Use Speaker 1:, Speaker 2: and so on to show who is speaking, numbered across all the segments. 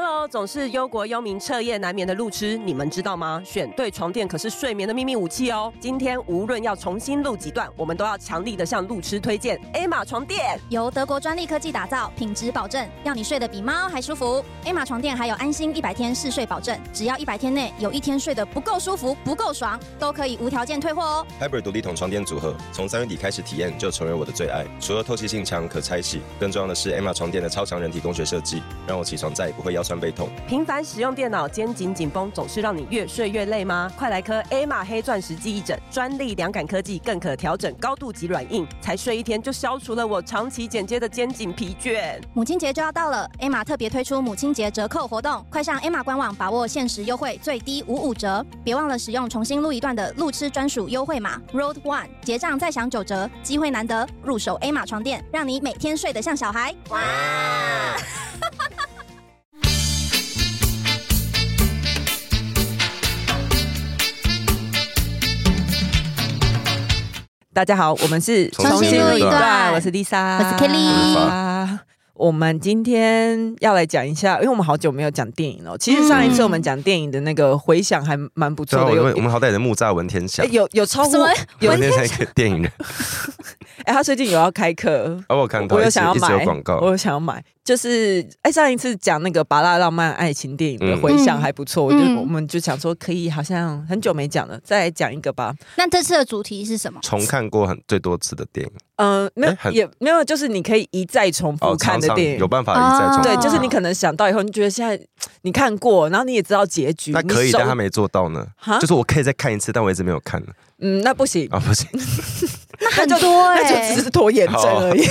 Speaker 1: 喽，总是忧国忧民、彻夜难眠的路痴，你们知道吗？选对床垫可是睡眠的秘密武器哦。今天无论要重新录几段，我们都要强力的向路痴推荐 A 玛床垫。
Speaker 2: 由德国专利科技打造，品质保证，让你睡得比猫还舒服。A 玛床垫还有安心一百天试睡保证，只要一百天内有一天睡得不够舒服、不够爽，都可以无条件退货哦。
Speaker 3: Hybrid 独立筒床垫组合，从三月底开始体验就成为我的最爱。除了透气性强、可拆洗，更重要的是 Emma 床垫的超强人体工学设计，让我起床再也不会腰酸背痛。
Speaker 1: 频繁使用电脑，肩颈紧绷，总是让你越睡越累吗？快来颗 A 玛黑钻石记忆枕，专利凉感科技，更可调整高度及软硬，才睡一天就消除了我长期剪接的肩颈疲倦。
Speaker 2: 母亲节就要到了，A 玛特别推出母亲节折扣活动，快上 A 玛官网把握限时优惠，最低五五折。别忘了使用重新录一段的路痴专属优惠码 Road One，结账再享九折，机会难得，入手 A 玛床垫，让你每天睡得像小孩。哇！
Speaker 3: 啊
Speaker 4: 大家好，我们是
Speaker 3: 重新录一
Speaker 2: 段
Speaker 4: 我是 Lisa，
Speaker 2: 我是 Kelly
Speaker 3: 我是
Speaker 4: 我们今天要来讲一下，因为我们好久没有讲电影了。其实上一次我们讲电影的那个回响还蛮不错
Speaker 3: 嗯对啊，
Speaker 4: 的，
Speaker 3: 我
Speaker 4: 有哎
Speaker 3: 们我们好歹也是木栅文天祥，
Speaker 4: 有有超
Speaker 2: 什
Speaker 4: 过
Speaker 2: 么
Speaker 4: 有
Speaker 3: 文天祥一个电影人，
Speaker 4: 哎，他最近有要开课，
Speaker 3: 而我有看到
Speaker 4: 我
Speaker 3: 一
Speaker 4: 有
Speaker 3: 直
Speaker 4: 想要
Speaker 3: 一直
Speaker 4: 买
Speaker 3: 有广告
Speaker 4: 我，有想要买，就是哎，上一次讲那个《巴拉浪漫爱情电影》的回响还不错，我
Speaker 2: 嗯
Speaker 4: 就我们就想说可以，好像很久没讲了，再来讲一个吧。
Speaker 2: 那这次的主题是什么？
Speaker 3: 重看过很最多次的电影，
Speaker 4: 嗯，没
Speaker 3: 哎
Speaker 4: 有
Speaker 3: 很
Speaker 4: 也没有，就是你可以一再重复看
Speaker 3: 哦常
Speaker 4: 的
Speaker 3: 常
Speaker 4: 电
Speaker 3: 有
Speaker 4: 影。啊
Speaker 3: 办法一再重
Speaker 2: 哦
Speaker 3: 看。
Speaker 4: 对，就是你可能想到以后，你觉得现在你看过，然后你也知道结局，
Speaker 3: 那可以，
Speaker 4: 你熟
Speaker 3: 但他没做到呢
Speaker 4: 哈。
Speaker 3: 就是我可以再看一次，但我一直没有看呢。
Speaker 4: 嗯，那不行，
Speaker 3: 啊，不行，
Speaker 2: 那很多哎、
Speaker 4: 那 就只是拖延症而已。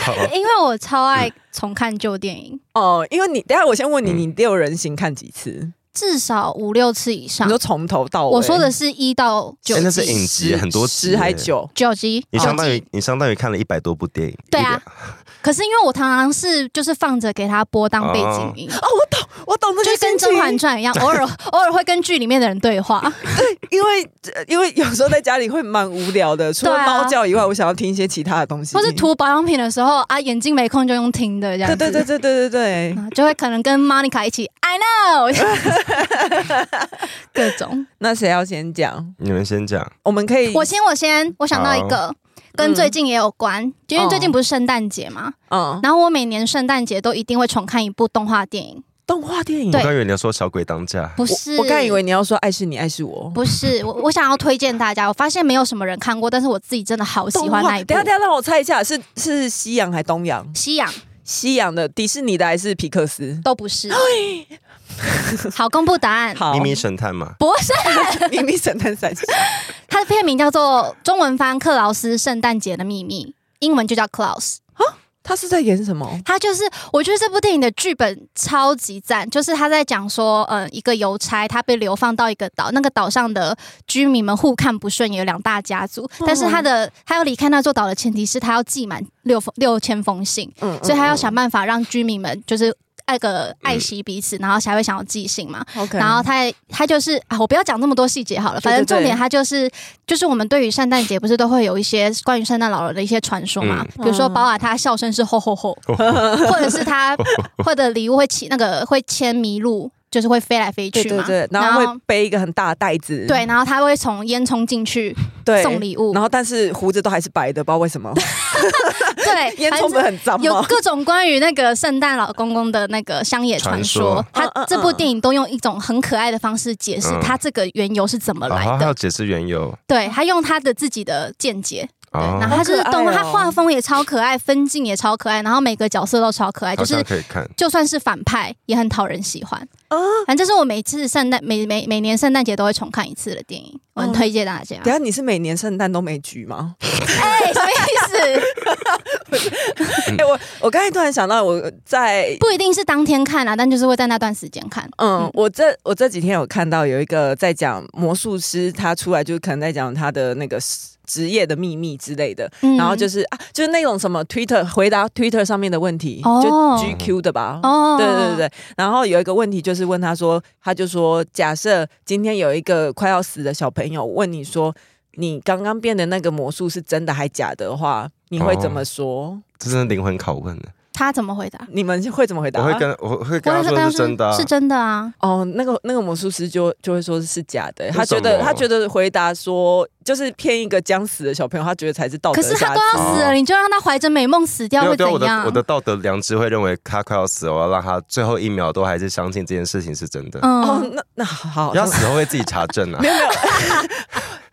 Speaker 3: 好
Speaker 2: 因为我超爱重看旧电影，
Speaker 4: 哦，因为你等一下我先问你，
Speaker 3: 嗯
Speaker 4: 你六人行看几次？
Speaker 2: 至少五六次以上
Speaker 4: 你说。从头到尾？
Speaker 2: 我说的是一到九
Speaker 3: 哎
Speaker 2: 集，
Speaker 3: 那是影集
Speaker 4: 十
Speaker 3: 很多集
Speaker 4: 十还九，哦
Speaker 2: 九集，
Speaker 3: 你相当
Speaker 2: 九
Speaker 3: 于
Speaker 2: 集
Speaker 3: 你相当于看了一百多部电影。
Speaker 2: 对啊可是因为我常常是就是放着给他播当背
Speaker 3: 哦
Speaker 2: 景音，
Speaker 4: 哦我懂这
Speaker 2: 就
Speaker 4: 些
Speaker 2: 是跟《甄嬛传》一 样，偶尔偶尔会跟剧里面的人对话。
Speaker 4: 因为呃因为有时候在家里会蛮无聊的，除了
Speaker 2: 对啊
Speaker 4: 猫叫以外，我想要听一些其他的东西，
Speaker 2: 或是涂保养品的时候啊，眼睛没空就用听的这样
Speaker 4: 对
Speaker 2: 子。
Speaker 4: 对对对对对对。
Speaker 2: 啊就会可能跟 Monica 一 起，I know，各种。
Speaker 4: 那谁要先讲？
Speaker 3: 你们先讲，
Speaker 4: 我们可以，
Speaker 2: 我先，我先，我想到一个跟
Speaker 3: 嗯
Speaker 2: 最近也有关，因为最
Speaker 3: 哦
Speaker 2: 近不是圣诞节嘛，
Speaker 4: 嗯，
Speaker 2: 然后我每年圣诞节都一定会重看一部动画电影，
Speaker 4: 动画电影，
Speaker 3: 我
Speaker 2: 对
Speaker 3: 刚以为你要说《小鬼当家》，
Speaker 2: 不
Speaker 4: 我
Speaker 2: 是？
Speaker 4: 我刚以为你要说爱是你，爱是我。
Speaker 2: 不是我，我想要推荐大家。我发现没有什么人看过，但是我自己真的好喜欢那一部
Speaker 4: 等一下等一下，让我猜一下，是是西洋还东洋？
Speaker 2: 西洋
Speaker 4: 西洋的迪士尼的还是皮克斯？
Speaker 2: 都不 是。好，公布答案。
Speaker 4: 好，
Speaker 3: 秘密神 探嘛。
Speaker 2: 不是，
Speaker 4: 秘密神探三系，
Speaker 2: 它的片名叫做中文翻《克劳斯圣诞节的秘密》，英文就叫 Klaus。
Speaker 4: 他是在演什么？
Speaker 2: 它就是，我觉得这部电影的剧本超级赞，就是他在讲说，嗯，一个邮差他被流放到一个岛，那个岛上的居民们互看不顺眼，有两大家族，但是
Speaker 4: 嗯
Speaker 2: 他的他要离开那座岛的前提是他要寄满六封六千封信，
Speaker 4: 嗯
Speaker 2: 所以他要想办法让居民们就是那个爱惜彼此，然后才会想要寄信嘛。
Speaker 4: ，OK，
Speaker 2: 然后他也他就是啊，我不要讲那么多细节好了，
Speaker 4: 对
Speaker 2: 反正
Speaker 4: 对对
Speaker 2: 重点他就是就是我们对于圣诞节不是都会有一些关于圣诞老人的一些传说嘛，
Speaker 3: 嗯
Speaker 2: 比如说包含他笑声是吼吼吼，
Speaker 3: 哦
Speaker 2: 或者是他或者礼物会骑那个会牵麋鹿，就是会飞来飞
Speaker 4: 对
Speaker 2: 去
Speaker 4: 对
Speaker 2: 嘛，
Speaker 4: 对，然后会背一个很大的袋子，
Speaker 2: 对，然后他会从烟囱进去
Speaker 4: 对
Speaker 2: 送礼物
Speaker 4: 然，后但是胡子都还是白的，不知道 为什么，
Speaker 2: 对，
Speaker 4: 烟
Speaker 2: 反
Speaker 4: 囱
Speaker 2: 正
Speaker 4: 不是很脏
Speaker 2: 有
Speaker 4: 吗？
Speaker 2: 各种关于那个圣诞老公公的那个乡野传说，
Speaker 4: 传
Speaker 2: 他
Speaker 4: 说嗯
Speaker 2: 这部电影都用一种很可爱的方式解释
Speaker 3: 嗯
Speaker 2: 他这个缘由是怎么
Speaker 3: 啊，
Speaker 2: 来
Speaker 3: 还要
Speaker 4: 嗯
Speaker 2: 的。
Speaker 3: 解释缘由
Speaker 2: 对他用他的自己的见解，对，
Speaker 3: 啊
Speaker 2: 然后他就是动
Speaker 4: 好可
Speaker 2: 画，
Speaker 4: 爱哦
Speaker 2: 他画风也超可爱，分镜也超可爱，然后每个角色都超可爱，就
Speaker 3: 好像
Speaker 2: 是
Speaker 3: 可以看。
Speaker 2: 就算是反派也很讨人喜欢。
Speaker 4: 啊
Speaker 2: 反正这是我每次圣诞每每每年圣诞节都会重看一次的电影，我很
Speaker 4: 哦
Speaker 2: 推荐大家
Speaker 4: 等一。下你是每年圣诞都没局吗？
Speaker 2: 哎，什么 意思？
Speaker 4: 哎，我我刚才突然想到，我在
Speaker 2: 不一定是当天看啊，但就是会在那段时间看。
Speaker 4: 嗯，我这我这几天有看到有一个在讲魔术师，他出来就可能在讲他的那个职业的秘密之类的，
Speaker 2: 嗯
Speaker 4: 然后就是啊，就是那种什么 Twitter 回答 Twitter 上面的问题，
Speaker 2: 哦
Speaker 4: 就 GQ 的吧。
Speaker 2: 哦
Speaker 4: 对对对，对，然后有一个问题就是问他说，他就说，假设今天有一个快要死的小朋友问你说，你刚刚
Speaker 2: 哦
Speaker 4: 变的那个魔术是真的还假的话，你会怎么说？
Speaker 3: 这真的灵魂拷问呢。
Speaker 2: 他怎么回答？
Speaker 4: 你们会怎么回答？
Speaker 3: 我
Speaker 2: 哦
Speaker 3: 会跟我会跟
Speaker 2: 我
Speaker 3: 他
Speaker 2: 也
Speaker 3: 说
Speaker 2: 刚
Speaker 3: 是真的、啊，
Speaker 2: 是真的啊。
Speaker 4: 哦，那个那个魔术师就就会说是假的，他
Speaker 3: 为什
Speaker 4: 觉
Speaker 3: 么
Speaker 4: 得他觉得回答说就是骗一个将死的小朋友，他觉得才是道德
Speaker 2: 可是
Speaker 4: 价
Speaker 2: 他
Speaker 4: 值
Speaker 2: 都。要死了，
Speaker 3: 哦
Speaker 2: 你就让他怀着美梦死掉
Speaker 3: 没
Speaker 2: 会
Speaker 3: 有对
Speaker 2: 怎
Speaker 3: 啊我的
Speaker 2: 样
Speaker 3: 我？的道德良知会认为他快要死了，我要让他最后一秒都还是相信这件事情是真的。
Speaker 4: 哦，
Speaker 2: 嗯，
Speaker 4: 那那好好，
Speaker 3: 要
Speaker 4: 那
Speaker 3: 死后会自己查证 啊。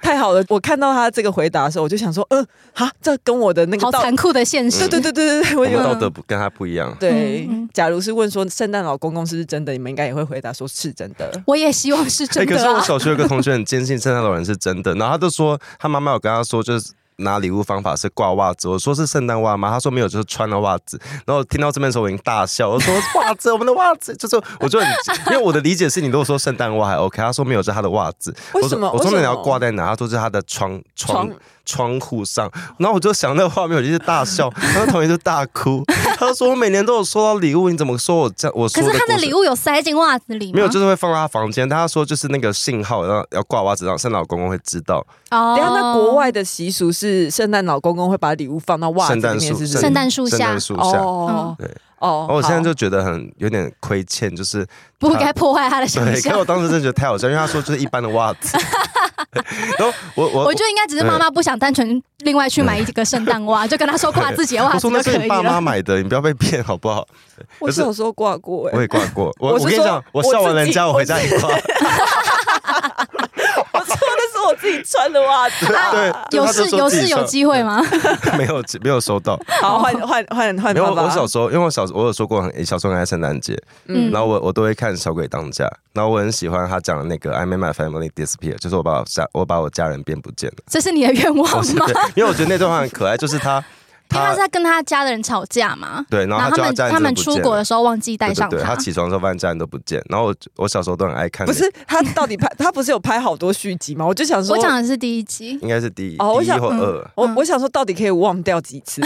Speaker 4: 太好了！我看到他这个回答的时候，我就想说，嗯，哈，这跟我的那个
Speaker 2: 好
Speaker 4: 道，
Speaker 2: 残酷的现实。
Speaker 4: 对对对对对，我
Speaker 3: 我
Speaker 4: 有
Speaker 3: 们道德不跟他不一样。
Speaker 4: 对
Speaker 2: 嗯嗯。
Speaker 4: 假如是问说圣诞老公公是不是真的，你们应该也会回答说是真的。
Speaker 2: 我也希望是
Speaker 3: 哎、
Speaker 2: 真
Speaker 3: 可
Speaker 2: 的
Speaker 3: 是我
Speaker 2: 啊。
Speaker 3: 小学有个同学很坚 信圣诞老人是真的，然后他就说他妈妈有跟他说就是。拿礼物方法是挂袜子，我说是圣诞袜吗？他说没有，就是穿了袜子。然后听到这边的时候，我已经大笑，我说袜子，我们的袜子，就是我就很，因为我的理解是你如果说圣诞袜还 OK，他说没有，是他的袜子。
Speaker 4: 为什么
Speaker 3: 我说我
Speaker 4: 为
Speaker 3: 说那
Speaker 4: 什么
Speaker 3: 你要挂在哪？他说是他的窗窗窗户上。然后我就想那个画面，我就是大笑，然后同学就大哭。他就说我每年都有收到礼物，你怎么说我这样？我说
Speaker 2: 可是他的
Speaker 3: 故事
Speaker 2: 礼物有塞进袜子里吗？
Speaker 3: 没有，就是会放到他房间。但他说就是那个信号让要挂袜子，让圣诞老公公会知道。
Speaker 2: 哦
Speaker 4: 等一下，那国外的习俗是圣诞老公公会把礼物放到袜子
Speaker 3: 圣
Speaker 4: 里
Speaker 3: 诞
Speaker 4: 面，是
Speaker 3: 树
Speaker 4: 不，是？
Speaker 2: 圣诞树下
Speaker 3: 圣诞树下。哦
Speaker 4: 哦，
Speaker 2: 嗯
Speaker 3: 对
Speaker 4: 哦
Speaker 3: 我现在
Speaker 4: 好
Speaker 3: 就觉得很有点亏欠， 就是
Speaker 2: 不该破坏他的想
Speaker 3: 对，可是我
Speaker 2: 象。
Speaker 3: 当时真的觉得太好笑，因为他说就是一般的袜 子，然后我我哎
Speaker 2: 我觉得应该只是妈妈不想单纯另外去买一个圣诞 袜，就跟他说挂自己的袜
Speaker 3: 我
Speaker 2: 子
Speaker 3: 说
Speaker 2: 就
Speaker 3: 那
Speaker 2: 可
Speaker 3: 是你
Speaker 2: 以
Speaker 3: 爸妈
Speaker 2: 了。
Speaker 3: 买的，你不要被骗好不 好？
Speaker 4: 我
Speaker 3: 可是
Speaker 4: 小时候挂过
Speaker 3: 我
Speaker 4: 哎，
Speaker 3: 也挂过，我
Speaker 4: 我是
Speaker 3: 我跟你
Speaker 4: 说
Speaker 3: 讲，我
Speaker 4: 我
Speaker 3: 笑完
Speaker 4: 自己
Speaker 3: 人家，我回家也挂，
Speaker 4: 我说那是我自己穿的袜子。
Speaker 3: 对，啊
Speaker 2: 有
Speaker 3: 他就
Speaker 2: 事
Speaker 3: 说
Speaker 2: 有
Speaker 3: 自己
Speaker 2: 事有
Speaker 3: 收
Speaker 2: 机会吗？
Speaker 3: 没有没有收到，
Speaker 4: 好，换换换换
Speaker 3: 没有
Speaker 4: 爸爸。
Speaker 3: 我小时候，因为我小时候我有说过，很小时候很爱圣诞节，
Speaker 2: 嗯
Speaker 3: 然后我我都会看《小鬼当家》，然后我很喜欢他讲的那个 “I made my family disappear”，就是我把我家我把我家人变不见了，
Speaker 2: 这是你的愿望
Speaker 3: 哦我是
Speaker 2: 吗？
Speaker 3: 对，因为我觉得那段话很可爱，就是他
Speaker 2: 因为他
Speaker 3: 他
Speaker 2: 是在跟他家的人吵架嘛，
Speaker 3: 对，然
Speaker 2: 然
Speaker 3: 后
Speaker 2: 后他
Speaker 3: 他叫
Speaker 2: 们
Speaker 3: 家人
Speaker 2: 他们
Speaker 3: 真的不见
Speaker 2: 出国
Speaker 3: 了
Speaker 2: 的时候忘记带
Speaker 3: 对对
Speaker 2: 上
Speaker 3: 对，
Speaker 2: 他
Speaker 3: 他。起床的时候发现家人都不见，然后我我小时候都很爱看，
Speaker 4: 不是，他 到底拍他不是有拍好多续集吗？我就想说，
Speaker 2: 我讲的是第一集，
Speaker 3: 应该是第一
Speaker 4: 哦我
Speaker 3: 第一
Speaker 4: 想
Speaker 3: 或
Speaker 2: 嗯
Speaker 3: 二，
Speaker 4: 我
Speaker 2: 嗯
Speaker 4: 我想说，到底可以忘掉几 次？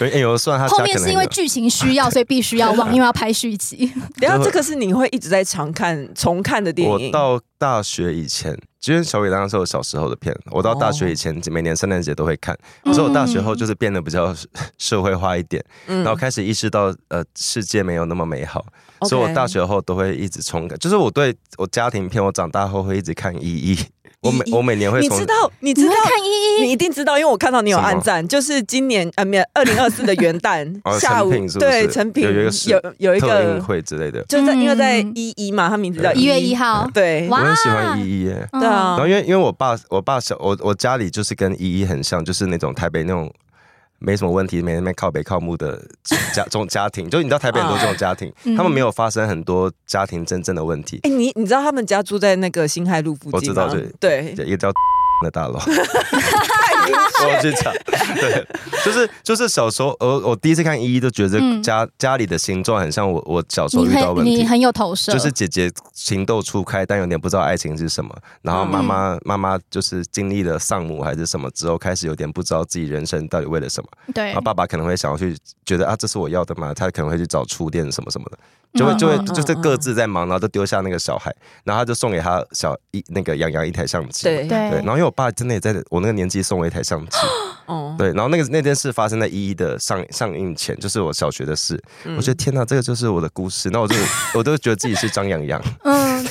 Speaker 3: 有有人算他
Speaker 2: 后
Speaker 3: 家
Speaker 2: 面
Speaker 3: 可
Speaker 2: 是
Speaker 3: 能
Speaker 2: 因为
Speaker 3: 有
Speaker 2: 剧情需 要，所以必须要忘，因为要拍续集。
Speaker 4: 等一下这个是你会一直在常看、重看的电
Speaker 3: 我
Speaker 4: 影。
Speaker 3: 到大学以前，其实《小鬼当家》是我小时候的
Speaker 4: 哦
Speaker 3: 片。我到大学以前，每年圣诞节都会看。可
Speaker 4: 嗯
Speaker 3: 是我大学后就是变得比较社会化一点，
Speaker 4: 嗯
Speaker 3: 然后开始意识到呃，世界没有那么美好。
Speaker 4: OK
Speaker 3: 所以我大学后都会一直重看，就是我对我家庭片，我长大后会一直看《一一》，我每
Speaker 4: 一一
Speaker 3: 我每年会
Speaker 4: E 你
Speaker 3: 从
Speaker 4: 知道，你
Speaker 2: 你
Speaker 4: 知
Speaker 2: 会
Speaker 4: 道，
Speaker 2: 看一一
Speaker 4: 你一定知道，因为我看到你有
Speaker 3: 什么
Speaker 4: 暗赞，就是今年呃，没有二零二四的元旦
Speaker 3: 哦
Speaker 4: 下午
Speaker 3: 成品是，不是
Speaker 4: 对，成品
Speaker 3: 有一个是
Speaker 4: 有有一
Speaker 3: 特映
Speaker 4: 个，
Speaker 3: 会之类的，
Speaker 4: 就在因为在
Speaker 2: 嗯
Speaker 4: 一一嘛，他名字叫
Speaker 3: 对
Speaker 2: 一月一，号，
Speaker 4: 对
Speaker 3: 我
Speaker 2: 哇
Speaker 3: 很喜欢《一一》耶。
Speaker 2: 嗯
Speaker 4: 对啊
Speaker 3: 然后因为因为我爸我爸小我我家里就是跟依依很像，就是那种台北那种没什么问题，每天那边靠北靠木的家 这种家庭，就你知道台北很多这种家庭，
Speaker 2: 嗯
Speaker 3: 他们没有发生很多家庭真正的问题。
Speaker 4: 哎，你你知道他们家住在那个新海路附近吗？
Speaker 3: 我知道
Speaker 4: 对，
Speaker 3: 一 个叫的大楼，我去讲，对，就是就是小时候，我我第一次看依依就觉得
Speaker 2: 嗯
Speaker 3: 家、家里的形状很像我我小时候
Speaker 2: 你
Speaker 3: 遇到
Speaker 2: 很
Speaker 3: 问
Speaker 2: 你
Speaker 3: 题。
Speaker 2: 很有投射，
Speaker 3: 就是姐姐情窦初开，但有点不知道爱情是什么。然
Speaker 2: 嗯
Speaker 3: 后妈妈、妈妈就是经历了丧母还是什么之后，开始有点不知道自己人生到底为了什么。
Speaker 2: 对
Speaker 3: 然后，爸爸可能会想要去觉得啊，这是我要的吗？他可能会去找初恋什么什么的，就会
Speaker 2: 嗯
Speaker 3: 就会
Speaker 2: 嗯
Speaker 4: 嗯
Speaker 3: 就是
Speaker 4: 嗯
Speaker 3: 各自在忙，然后都丢下那个小孩，然后他就送给他小一那个杨洋一台相机。
Speaker 4: 对
Speaker 2: 对
Speaker 3: 然后因为我爸真的也在我那个年纪送我一台相 机，
Speaker 4: 哦，
Speaker 3: 对，然后那个那件事发生在一一的上上映前，就是我小学的事。
Speaker 2: 嗯
Speaker 3: 我觉得天哪，这个就是我的故事。那我就我都觉得自己是张阳阳，
Speaker 2: 嗯，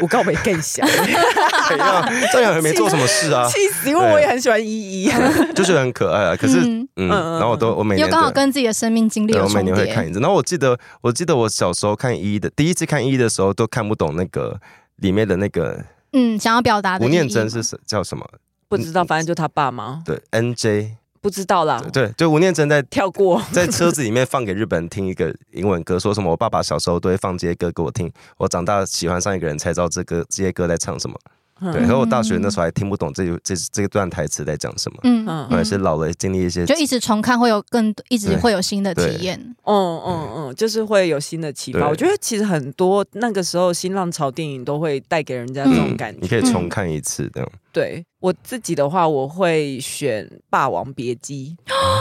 Speaker 4: 我告没更 想，
Speaker 3: 哎呀张阳阳也没做什么事啊，
Speaker 4: 气死，因为我也很喜欢一一。
Speaker 3: 就觉得很可爱啊。可是
Speaker 2: 嗯
Speaker 3: 嗯
Speaker 4: 嗯嗯
Speaker 3: 然后我都我每
Speaker 2: 又
Speaker 3: 年
Speaker 2: 刚好
Speaker 3: 都。
Speaker 2: 跟自己的生命经历
Speaker 3: 对，
Speaker 2: 有
Speaker 3: 我每
Speaker 2: 重
Speaker 3: 年会看
Speaker 2: 叠，
Speaker 3: 一次。然后我记得，我记得我小时候看一的，第一次看一的时候都看不懂那个里面的那个
Speaker 2: 嗯，想要表达的
Speaker 3: 吴
Speaker 2: 意义
Speaker 3: 念真是什叫什么？
Speaker 4: 不知道，反正就他爸妈，
Speaker 3: 对，N J，
Speaker 4: 不知道啦，
Speaker 3: 对，就吴念真在
Speaker 4: 跳过。
Speaker 3: 在车子里面放给日本人听一个英文歌，说什么我爸爸小时候都会放这些歌给我听，我长大喜欢上一个人才知道这歌这些歌在唱什么。对，然后我大学那时候还听不懂这这这段台词在讲什么，
Speaker 2: 嗯
Speaker 4: 嗯
Speaker 3: 后来是老了经历一些
Speaker 2: 就一直重看会有更多一直
Speaker 3: 对
Speaker 2: 会有新的
Speaker 3: 对
Speaker 2: 体验，
Speaker 4: 嗯嗯嗯，就是会有新的启发。
Speaker 3: 对
Speaker 4: 我觉得其实很多那个时候新浪潮电影都会带给人家这种
Speaker 3: 嗯
Speaker 4: 感觉。
Speaker 3: 你可以重看一次 这样。
Speaker 4: 对我自己的话，我会选《霸王别姬》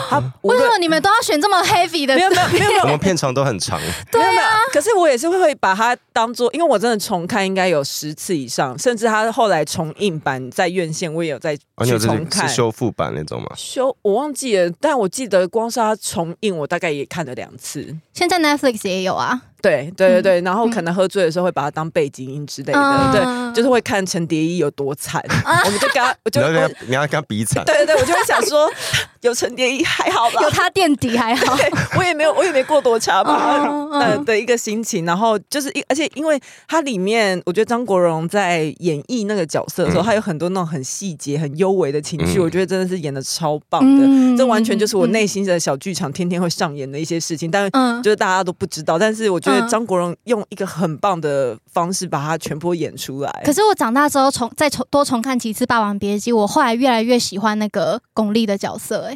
Speaker 4: 它无
Speaker 2: 为
Speaker 4: 论。
Speaker 2: 什么你们都要选这么 heavy 的
Speaker 4: 没？有没有没有没有
Speaker 3: 我们片长都很长，哦
Speaker 4: 没有没有，可是我也是会把它当做，因为我真的重看应该有十次以上，甚至它后来重印版在院线，我也有在
Speaker 3: 而
Speaker 4: 去
Speaker 3: 且
Speaker 4: 重
Speaker 3: 是
Speaker 4: 看。
Speaker 3: 修复版那种嘛。
Speaker 4: 修我忘记了，但我记得光是它重印，我大概也看了两次。
Speaker 2: 现在 Netflix 也有啊，
Speaker 4: 对对对对，然后可能喝醉的时候会把它当背景音之类的，
Speaker 2: 嗯
Speaker 4: 对，就是会看陈蝶衣有多惨，我们就跟他，我就
Speaker 3: 你要
Speaker 4: 我
Speaker 3: 跟他，你要跟他比惨，
Speaker 4: 对对对，我就会想说 有陈蝶衣还好吧，
Speaker 2: 有它垫底还好。
Speaker 4: 我也没有，我也没过多差 吧，
Speaker 2: 嗯嗯
Speaker 4: 呃的一个心情。然后就是一，而且因为它里面，我觉得张国荣在演绎那个角色的时候，
Speaker 3: 嗯
Speaker 4: 他有很多那种很细节、很幽微的情绪，
Speaker 3: 嗯
Speaker 4: 我觉得真的是演的超棒的。
Speaker 2: 嗯
Speaker 4: 这完全就是我内
Speaker 2: 嗯
Speaker 4: 心的小剧场，天天会上演的一些事情，但
Speaker 2: 嗯
Speaker 4: 就是大家都不知道。但是我觉得
Speaker 2: 嗯
Speaker 4: 张国荣用一个很棒的方式把它全部演出来。
Speaker 2: 可是我长大之后重再重多重看几次《霸王别姬》，我后来越来越喜欢那个巩俐的角色、欸。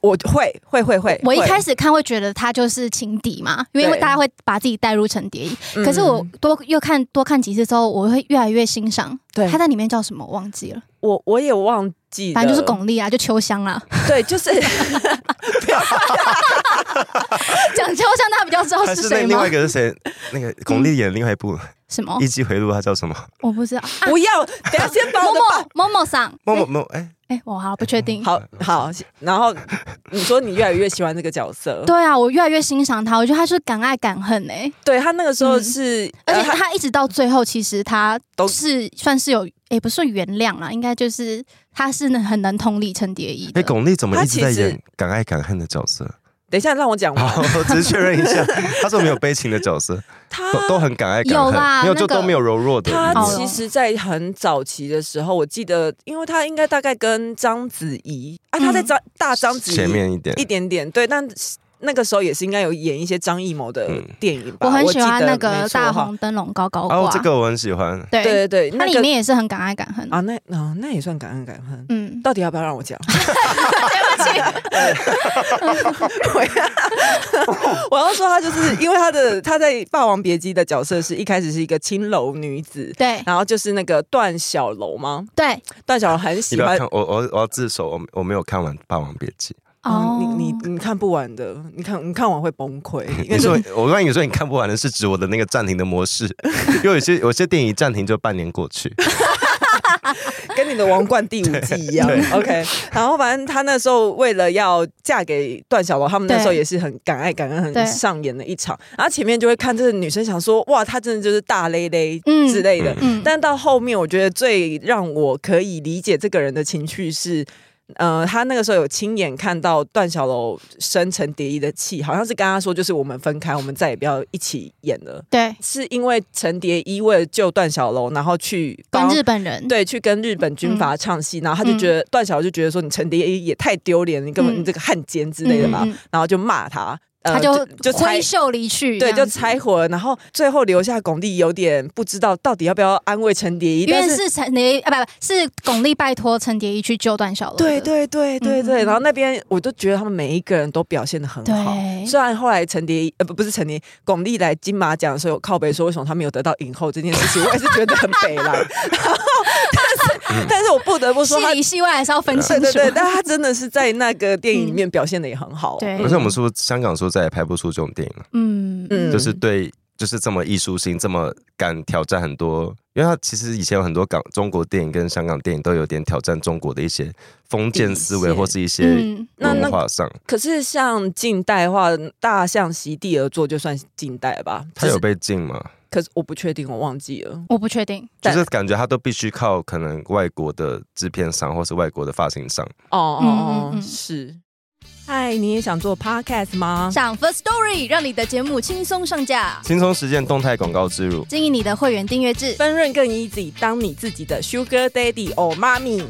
Speaker 4: 我会会会会，
Speaker 2: 我一
Speaker 4: 会
Speaker 2: 开始看会觉得她就是情敌嘛，因为
Speaker 4: 对
Speaker 2: 大家会把自己带入陈蝶衣。
Speaker 4: 嗯
Speaker 2: 可是我多又看多看几次之后，我会越来越欣赏
Speaker 4: 对
Speaker 2: 她在里面叫什么，我忘记了，
Speaker 4: 我我也忘记了，
Speaker 2: 反正就是巩俐啊，就 秋香啦。
Speaker 4: 对，就是。
Speaker 2: 讲秋香，大家比较知道
Speaker 3: 还
Speaker 2: 是
Speaker 3: 是那
Speaker 2: 谁
Speaker 3: 另
Speaker 2: 吗
Speaker 3: 外一？个是谁？那
Speaker 4: 嗯
Speaker 3: 个巩俐演另外一
Speaker 4: 哦
Speaker 3: 部《
Speaker 2: 什么
Speaker 3: 一？击回路》，它叫什么？
Speaker 2: 我不知 道。啊
Speaker 4: 不要，等一下先把我
Speaker 2: 某
Speaker 4: 的爸。
Speaker 2: 某某某桑，
Speaker 3: 某某某，哎，
Speaker 2: 哎，我好不确定。
Speaker 4: 好好，然后你说你越来越喜欢这个角色，
Speaker 2: 对啊，我越来越欣赏她，我觉得她是敢爱敢恨哎、
Speaker 4: 对他那个时候是，
Speaker 2: 而且
Speaker 4: 呃他
Speaker 2: 他一直到最后，其实他
Speaker 4: 都
Speaker 2: 是算是有，也、不是原谅啊啦，应该就是他是能很能同理陈蝶衣
Speaker 3: 哎，
Speaker 2: 的。
Speaker 3: 巩俐怎么一直在
Speaker 4: 她其实
Speaker 3: 演敢爱敢恨的角色？
Speaker 4: 等一下 让我讲完，
Speaker 3: 好，我只是确认一 下，他说没有悲情的角色，
Speaker 4: 他
Speaker 3: 都都很敢爱敢
Speaker 2: 有啦
Speaker 3: 恨，没有
Speaker 2: 那
Speaker 3: 就
Speaker 2: 个
Speaker 3: 都没有柔弱的
Speaker 4: 啊他
Speaker 3: 一面。
Speaker 4: 其实，在很早期的时候，我记得，因为他应该大概跟章子怡啊，他在
Speaker 2: 嗯
Speaker 4: 章大章子怡
Speaker 3: 前面一点
Speaker 4: 一，点点，对，但那个时候也是应该有演一些张艺谋的
Speaker 3: 嗯
Speaker 4: 电影吧，
Speaker 2: 我很喜
Speaker 4: 记得
Speaker 2: 欢那
Speaker 4: 没
Speaker 2: 个
Speaker 4: 错
Speaker 2: 大
Speaker 4: 哈，
Speaker 2: 红灯笼高高
Speaker 4: 啊
Speaker 2: 挂，
Speaker 3: 哦，这个我很喜欢。
Speaker 2: 对，
Speaker 4: 对对对，
Speaker 2: 它
Speaker 4: 那
Speaker 2: 里
Speaker 4: 个
Speaker 2: 面也是很敢爱敢恨。
Speaker 4: 啊，那啊那也算感恩感恩。
Speaker 2: 嗯，
Speaker 4: 到底要不要让我讲？ 我要说，她就是因为她的她在《霸王别姬》的角色是一开始是一个青楼女子，
Speaker 2: 对
Speaker 4: 然后就是那个段小楼吗？
Speaker 2: 对
Speaker 4: 段小楼很
Speaker 3: 你
Speaker 4: 喜
Speaker 3: 不要
Speaker 4: 欢
Speaker 3: 看我，我我要自首，我我没有看完《霸王别姬
Speaker 2: 哦，
Speaker 4: 嗯你你你看不完的，你看你看完会崩溃。》。因
Speaker 3: 你
Speaker 4: 为
Speaker 3: 说
Speaker 4: 就，
Speaker 3: 我刚才你说你看不完的是指我的那个暂停的模 式，因为有些有些电影暂停就半年过去。
Speaker 2: 嗯
Speaker 4: 跟你的《王冠》第五季一样
Speaker 3: 对。
Speaker 4: OK，然后反正她那时候为了要嫁给段小楼，他们那时候
Speaker 2: 对
Speaker 4: 也是很敢爱敢恨，
Speaker 2: 对
Speaker 4: 很上演了一场。然后前面就会看这个女生，想说哇，她真的就是大勒勒
Speaker 2: 嗯
Speaker 4: 之类的。
Speaker 2: 嗯
Speaker 4: 但到后面，我觉得最让我可以理解这个人的情绪是。呃，他那个时候有亲眼看到段小楼生陈蝶衣的气，好像是跟他说，就是我们分开，我们再也不要一起演了。
Speaker 2: 对，
Speaker 4: 是因为陈蝶衣为了救段小楼，然后去
Speaker 2: 跟
Speaker 4: 帮
Speaker 2: 日本人
Speaker 4: 对去跟日本军
Speaker 2: 嗯
Speaker 4: 阀唱戏，然后他就觉得、段小楼就觉得说你陈蝶衣也太丢脸，你根本
Speaker 2: 嗯
Speaker 4: 你这个汉奸之类的嘛，
Speaker 2: 嗯嗯嗯
Speaker 4: 然后就骂他，呃
Speaker 2: 他就
Speaker 4: 就拆
Speaker 2: 挥袖离去，
Speaker 4: 对
Speaker 2: 这
Speaker 4: 就
Speaker 2: 样子
Speaker 4: 拆伙了，然后最后留下巩俐有点不知道到底要不要安慰陈蝶衣，
Speaker 2: 因
Speaker 4: 但
Speaker 2: 为
Speaker 4: 是
Speaker 2: 是陈蝶衣啊，不不是巩俐拜托陈蝶衣去救段小楼的。
Speaker 4: 对对对对对，
Speaker 2: 嗯
Speaker 4: 然后那边我都觉得他们每一个人都表现的很好。
Speaker 2: 对
Speaker 4: 虽然后来陈蝶衣呃不不是陈蝶衣，巩俐来金马奖的时候有靠北说为什么他没有得到影后这件事情，我也是觉得很北 啦。然后但是但是我不得不
Speaker 2: 戏
Speaker 4: 说他
Speaker 2: 里戏外还是要分清
Speaker 4: 对
Speaker 2: 楚。
Speaker 4: 对对，但他真的是在那个电影里面表现的也很好。
Speaker 2: 对
Speaker 3: 而且我们说香港说再也拍不出这种电影了，啊
Speaker 2: 嗯嗯
Speaker 4: 嗯
Speaker 3: 就是对，就是这么艺术性，这么敢挑战很多。因为他其实以前有很多港中国电影跟香港电影都有点挑战中国的一些封建思维
Speaker 4: 底线
Speaker 3: 或是一些
Speaker 2: 嗯，
Speaker 4: 那那
Speaker 3: 文化上，
Speaker 4: 可是像近代化，大象席地而坐就算近代吧。
Speaker 3: 他
Speaker 4: 就
Speaker 3: 有
Speaker 4: 是
Speaker 3: 被禁吗？
Speaker 4: 可是我不确定，我忘记了。
Speaker 2: 我不确定。
Speaker 3: 就
Speaker 4: 但
Speaker 3: 是感觉他都必须靠可能外国的制片商或是外国的发行商。
Speaker 4: 哦
Speaker 2: 嗯
Speaker 4: 哦
Speaker 2: 嗯
Speaker 4: 哦，
Speaker 2: 嗯
Speaker 4: 是。嗨，你也想做 podcast 吗？
Speaker 2: 上 First Story 让你的节目轻松上架，
Speaker 3: 轻松实践动态广告植入，
Speaker 2: 经营你的会员订阅制。
Speaker 4: 分润更 easy，当你自己的 sugar daddy or mommy。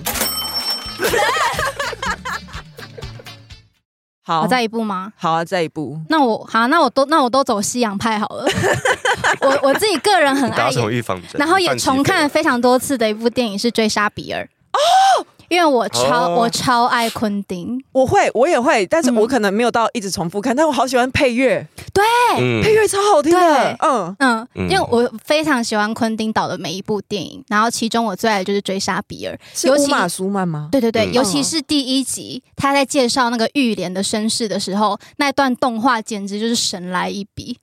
Speaker 4: 好，
Speaker 2: 好再一步吗？
Speaker 4: 好啊，再一步。
Speaker 2: 那我好，那我都那我都走西洋派好了。 我我自己个人很爱
Speaker 3: 打什么
Speaker 2: 演，
Speaker 3: 预防针？
Speaker 2: 然后也
Speaker 3: 犯疾病
Speaker 2: 重看非常多次的一部电影是《追杀比尔》哦，因为我超
Speaker 3: 哦
Speaker 2: 我超爱昆汀，
Speaker 4: 我会，我也会，但是
Speaker 2: 嗯
Speaker 4: 我可能没有到一直重复看，但我好喜欢配乐。
Speaker 2: 对
Speaker 3: 嗯
Speaker 4: 配乐超好听的
Speaker 2: 对，
Speaker 4: 嗯，
Speaker 2: 嗯，
Speaker 3: 嗯
Speaker 2: 因为我非常喜欢昆汀导的每一部电影，然后其中我最爱的就是《追杀比尔》，
Speaker 4: 是
Speaker 2: 尤
Speaker 4: 乌
Speaker 2: 其
Speaker 4: 马苏曼吗？
Speaker 2: 对对对，
Speaker 3: 嗯
Speaker 2: 尤其是第一集他在介绍那个玉莲的身世的时候，那段动画简直就是神来一笔。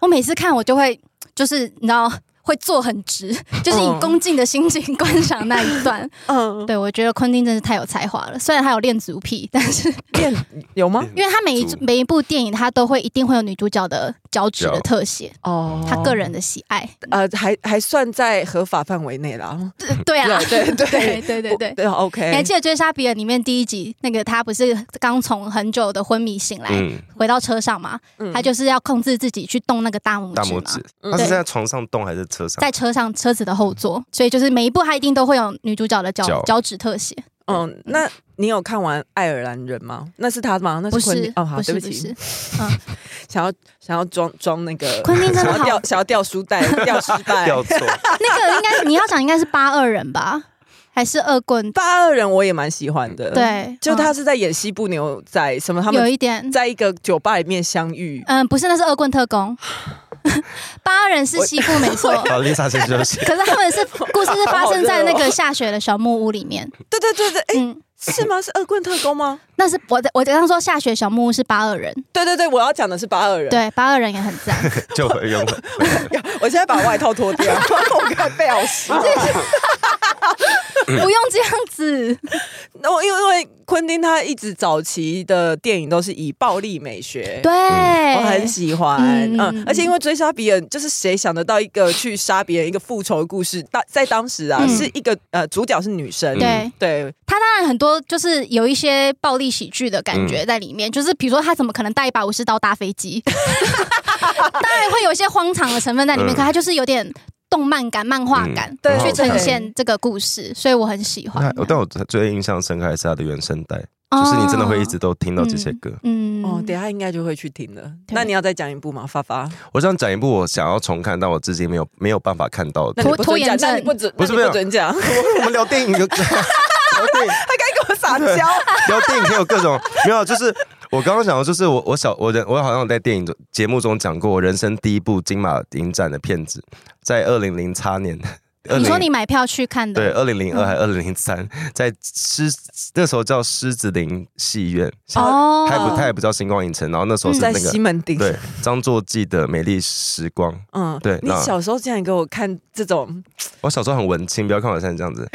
Speaker 2: 我每次看我就会，就是你知道会坐很直，就是以
Speaker 4: 嗯
Speaker 2: 恭敬的心情观赏那一段。
Speaker 3: 哦
Speaker 4: 嗯，
Speaker 2: 对我觉得昆汀真是太有才华了，虽然他有恋足癖，但是
Speaker 4: 恋有吗？
Speaker 2: 啊因为他每一
Speaker 3: 足
Speaker 2: 每一部电影他都会一定会有女主角的脚趾的
Speaker 3: 脚
Speaker 2: 特写，
Speaker 4: 哦
Speaker 2: 他个人的喜爱。
Speaker 4: 呃，还还算在合法范围内啦。
Speaker 2: 对对啊，
Speaker 4: 对对 哎
Speaker 2: 对哎对对对。
Speaker 4: 对，OK。
Speaker 2: 你还记得《追杀比尔》里面第一集，那个他不是刚从很久的昏迷醒来，
Speaker 3: 嗯，
Speaker 2: 回到车上嘛，
Speaker 4: 嗯
Speaker 2: 他就是要控制自己去动那个大拇
Speaker 3: 大
Speaker 2: 指
Speaker 3: 拇
Speaker 2: 嘛，
Speaker 3: 指，
Speaker 4: 嗯
Speaker 3: 他是
Speaker 2: 对
Speaker 3: 在床上动还是车上？
Speaker 2: 在车上车子的后座，所以就是每一步他一定都会有女主角的脚
Speaker 3: 脚
Speaker 2: 脚趾特写，
Speaker 4: 嗯，那你有看完《爱尔兰人》吗？那是他吗？那
Speaker 2: 不
Speaker 4: 昆汀
Speaker 2: 是
Speaker 4: 哦，好，
Speaker 2: 不
Speaker 4: 对
Speaker 2: 是不
Speaker 4: 起
Speaker 2: 是，，
Speaker 4: 想要想要装装那个，
Speaker 2: 昆汀真的
Speaker 4: 想要
Speaker 2: 好
Speaker 4: 掉想要掉书袋，掉书袋。
Speaker 3: 掉错，
Speaker 2: 那个应该你要讲应该是八二人吧，还是恶棍？
Speaker 4: 八二人我也蛮喜欢的，，
Speaker 2: 对，
Speaker 4: 就他
Speaker 2: 嗯
Speaker 4: 是在演西部牛仔什么，他
Speaker 2: 有
Speaker 4: 们
Speaker 2: 一点，
Speaker 4: 在一个酒吧里面相遇。
Speaker 2: 嗯，不是，那是恶棍特工，八二人是西部没错。
Speaker 3: 好，Lisa 先休息。
Speaker 2: 可是他们是故事是发生在那个下雪的小木屋里面，
Speaker 4: 对对对对，哎，
Speaker 2: 嗯，
Speaker 4: 是吗？是恶棍特工吗？
Speaker 2: 那是我我刚刚说下雪小木屋是八二人，
Speaker 4: 对对对，我要讲的是八二人。
Speaker 2: 对，八二人也很赞，
Speaker 3: 就回原 本。
Speaker 4: 我现在把外套脱掉， 我快被老师。
Speaker 2: 不用这样子，
Speaker 4: 那我因为因为昆汀他一直早期的电影都是以暴力美学，
Speaker 2: 对，
Speaker 4: 我很喜欢，嗯
Speaker 2: 嗯
Speaker 4: 而且因为追杀别人，就是谁想得到一个去杀别人一个复仇的故事？当在当时啊，
Speaker 2: 嗯
Speaker 4: 是一个呃主角是女生，
Speaker 2: 对
Speaker 4: 对，
Speaker 2: 他当然很多就是有一些暴力喜剧的感觉在里面，就是比如说他怎么可能带一把武士刀搭飞机， 当然会有一些荒唐的成分在里面，
Speaker 3: 嗯
Speaker 2: 可他就是有点动漫感、漫画感、
Speaker 4: 对
Speaker 2: 去呈
Speaker 4: 对
Speaker 2: 现这个故事，所以我很喜欢哦
Speaker 3: 那。但我最印象深刻还是他的原声带，就是你真的会一直都听到这些歌。
Speaker 2: 嗯
Speaker 4: 哦，等一下应该就会去听了。
Speaker 2: 对
Speaker 4: 那你要再讲一部吗？发发，
Speaker 3: 我想讲一部我想要重看，但我至今没有没有办法看到的
Speaker 4: 那你
Speaker 2: 拖
Speaker 4: 不。准
Speaker 2: 拖延
Speaker 4: 讲
Speaker 2: 症
Speaker 4: 那你不准，
Speaker 3: 不是
Speaker 4: 那
Speaker 3: 没
Speaker 4: 你不
Speaker 3: 有
Speaker 4: 准讲， 他
Speaker 3: 我们聊电影就 聊电影
Speaker 4: 该给我撒娇。
Speaker 3: 聊电影可以有各种没有，就是我刚刚想到，就是我我小我人我好像有在电影中节目中讲过，我人生第一部金马影展的片子，在二零零差年，20
Speaker 2: 你说你买票去看
Speaker 3: 对
Speaker 2: 的，
Speaker 3: 二零零
Speaker 4: 嗯
Speaker 3: 二还二零零三，在狮那时候叫狮子林戏院，
Speaker 2: 哦
Speaker 3: 它也不它也不叫星光影城，然后那时候是
Speaker 4: 嗯在
Speaker 3: 那个
Speaker 4: 西。门町，
Speaker 3: 对，张作骥的《美丽时光》，
Speaker 4: 嗯
Speaker 3: 对
Speaker 4: 你
Speaker 3: 那
Speaker 4: 小时候竟然给我看这种，
Speaker 3: 我哦小时候很文青，不要看我现在这样子。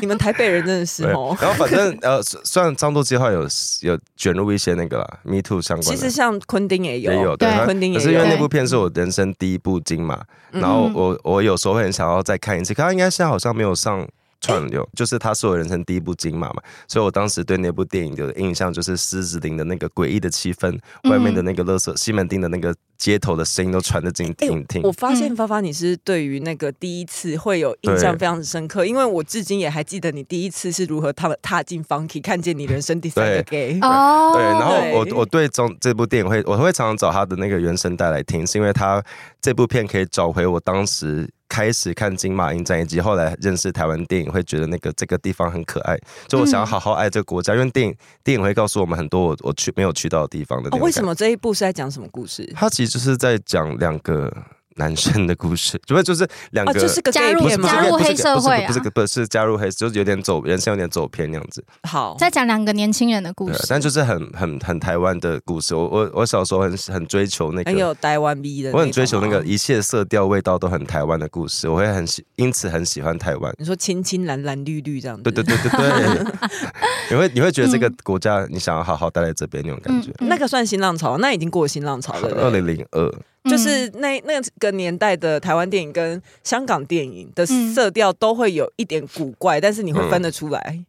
Speaker 4: 你们台北人真的是
Speaker 3: 对，
Speaker 4: 哦。
Speaker 3: 然后反正呃，虽虽然张作骥后来有有卷入一些那个啦，Me Too 相关
Speaker 4: 其
Speaker 3: 的，
Speaker 4: 实像昆汀也有，
Speaker 3: 也有
Speaker 2: 对
Speaker 3: 它
Speaker 4: 昆汀也
Speaker 3: 可是因为
Speaker 4: 有
Speaker 3: 那部片是我人生第一部金马，
Speaker 4: 嗯
Speaker 3: 然后我我有时候会很想要再看一次，可它应该现在好像没有上串流，
Speaker 4: 嗯
Speaker 3: 就是它是我人生第一部金马嘛，所以我当时对那部电影的印象就是狮子林的那个诡异的气氛，
Speaker 2: 嗯
Speaker 3: 外面的那个垃圾，西门町的那个街头的声音都传得进
Speaker 4: 哎
Speaker 3: 影厅
Speaker 4: 我。发现
Speaker 2: 嗯
Speaker 4: 发发，你是对于那个第一次会有印象
Speaker 3: 对
Speaker 4: 非常深刻，因为我至今也还记得你第一次是如何踏踏进 Funky，看见你人生第三个 gay。
Speaker 2: 哦，
Speaker 3: 对，然后我
Speaker 4: 对
Speaker 3: 我对中这部电影会，我会常常找他的那个原声带来听，是因为他这部片可以找回我当时开始看金马影展，以及后来认识台湾电影，会觉得那个这个地方很可爱，就我想要好好爱这个国家，因为电影电影会告诉我们很多我我去没有去到的地方的那
Speaker 4: 哦
Speaker 3: 种、
Speaker 4: 为什？么这一部是在讲什么故事？
Speaker 3: 他其实就是在讲两个男生的故事，主要就是两
Speaker 4: 啊，
Speaker 3: 个。
Speaker 4: 就是个
Speaker 2: 加
Speaker 4: gay
Speaker 2: 入
Speaker 3: 不是
Speaker 4: 片
Speaker 3: 不是
Speaker 4: 吗
Speaker 2: 加？入
Speaker 3: 不是
Speaker 2: 黑社会啊
Speaker 3: 不是不是不是加入黑，就是有点走人生有点走偏那样子。
Speaker 4: 好，
Speaker 2: 再讲两个年轻人的故
Speaker 3: 对啊
Speaker 2: 事，，
Speaker 3: 但就是很很很台湾的故事。我我我小时候很很追求那
Speaker 4: 很
Speaker 3: 个，
Speaker 4: 有台湾 B 的，
Speaker 3: 我很追求那个。一切色调味道都很台湾的故事，我会很喜，因此很喜欢台湾。
Speaker 4: 你说青青蓝蓝绿绿这样子，
Speaker 3: 对对对对对， 你会你会觉得这个国家你想要好好待在这边那种
Speaker 2: 嗯
Speaker 3: 感觉。
Speaker 4: 那个算新浪潮，那已经过了新浪潮了。对
Speaker 3: 二
Speaker 4: 不对
Speaker 3: 零零二，
Speaker 2: 嗯
Speaker 4: 就是那那个年代的台湾电影跟香港电影的
Speaker 2: 嗯
Speaker 4: 色调都会有一点古怪，但是你
Speaker 3: 嗯
Speaker 4: 会分得出来。
Speaker 2: 哦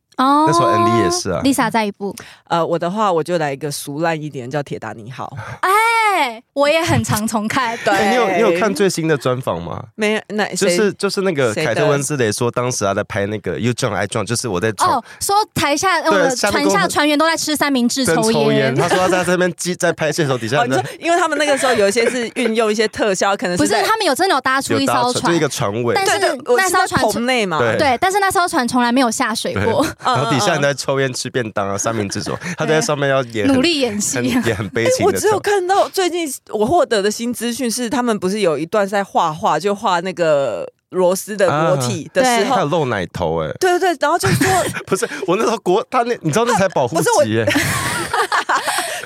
Speaker 3: 那时候 ND 也是啊
Speaker 2: ，Lisa 在一部，
Speaker 4: 呃，我的话我就来一个俗烂一点，叫《铁达 尼号》。
Speaker 2: 哎，我也很常重看，
Speaker 4: 对
Speaker 3: 哎你有你有看最新的专访吗？
Speaker 4: 没有，那
Speaker 3: 就
Speaker 4: 谁
Speaker 3: 是就是那个
Speaker 4: 谁
Speaker 3: 凯特
Speaker 4: 的
Speaker 3: 温斯雷说，当时他在拍那个《You Drunk I Drunk》，就是我在床
Speaker 2: 哦，说台下呃我
Speaker 3: 对
Speaker 2: 的
Speaker 3: 下
Speaker 2: 船
Speaker 3: 面跟我
Speaker 2: 下船员都在吃三明治
Speaker 3: 边抽
Speaker 2: 烟
Speaker 3: 烟，，他说他在这边机在拍摄的时候底下
Speaker 4: 哦，你说，因为他们那个时候有一些是运用一些特效，可能
Speaker 2: 不是
Speaker 4: 在
Speaker 2: 他们有真的有搭出
Speaker 3: 有
Speaker 2: 一
Speaker 3: 搭
Speaker 2: 艘
Speaker 3: 船，就
Speaker 2: 船
Speaker 3: 一，个船尾，
Speaker 2: 但
Speaker 4: 对
Speaker 2: 是
Speaker 4: 对，我
Speaker 2: 那
Speaker 4: 是
Speaker 2: 艘
Speaker 4: 在
Speaker 2: 船
Speaker 4: 棚内嘛，
Speaker 3: 对
Speaker 2: 对，但是那艘船从来没有下水过，
Speaker 4: 嗯
Speaker 3: 然后底下人
Speaker 4: 嗯
Speaker 3: 在抽烟吃便当啊，三明治 什么，他都在上面要演很
Speaker 2: 努力演
Speaker 3: 很
Speaker 2: 戏、啊。
Speaker 3: 也很悲情
Speaker 4: 我
Speaker 3: 的
Speaker 4: 只
Speaker 3: 跳。
Speaker 4: 有看到最近我获得的新资讯是，他们不是有一段在画画，就画那个罗斯的裸体的时
Speaker 2: 对
Speaker 4: 候
Speaker 3: 啊他，有露奶头哎、
Speaker 4: 对对对，然后就说，
Speaker 3: 不是我那时候国他那你知道那才保护
Speaker 4: 不是我
Speaker 3: 级哎、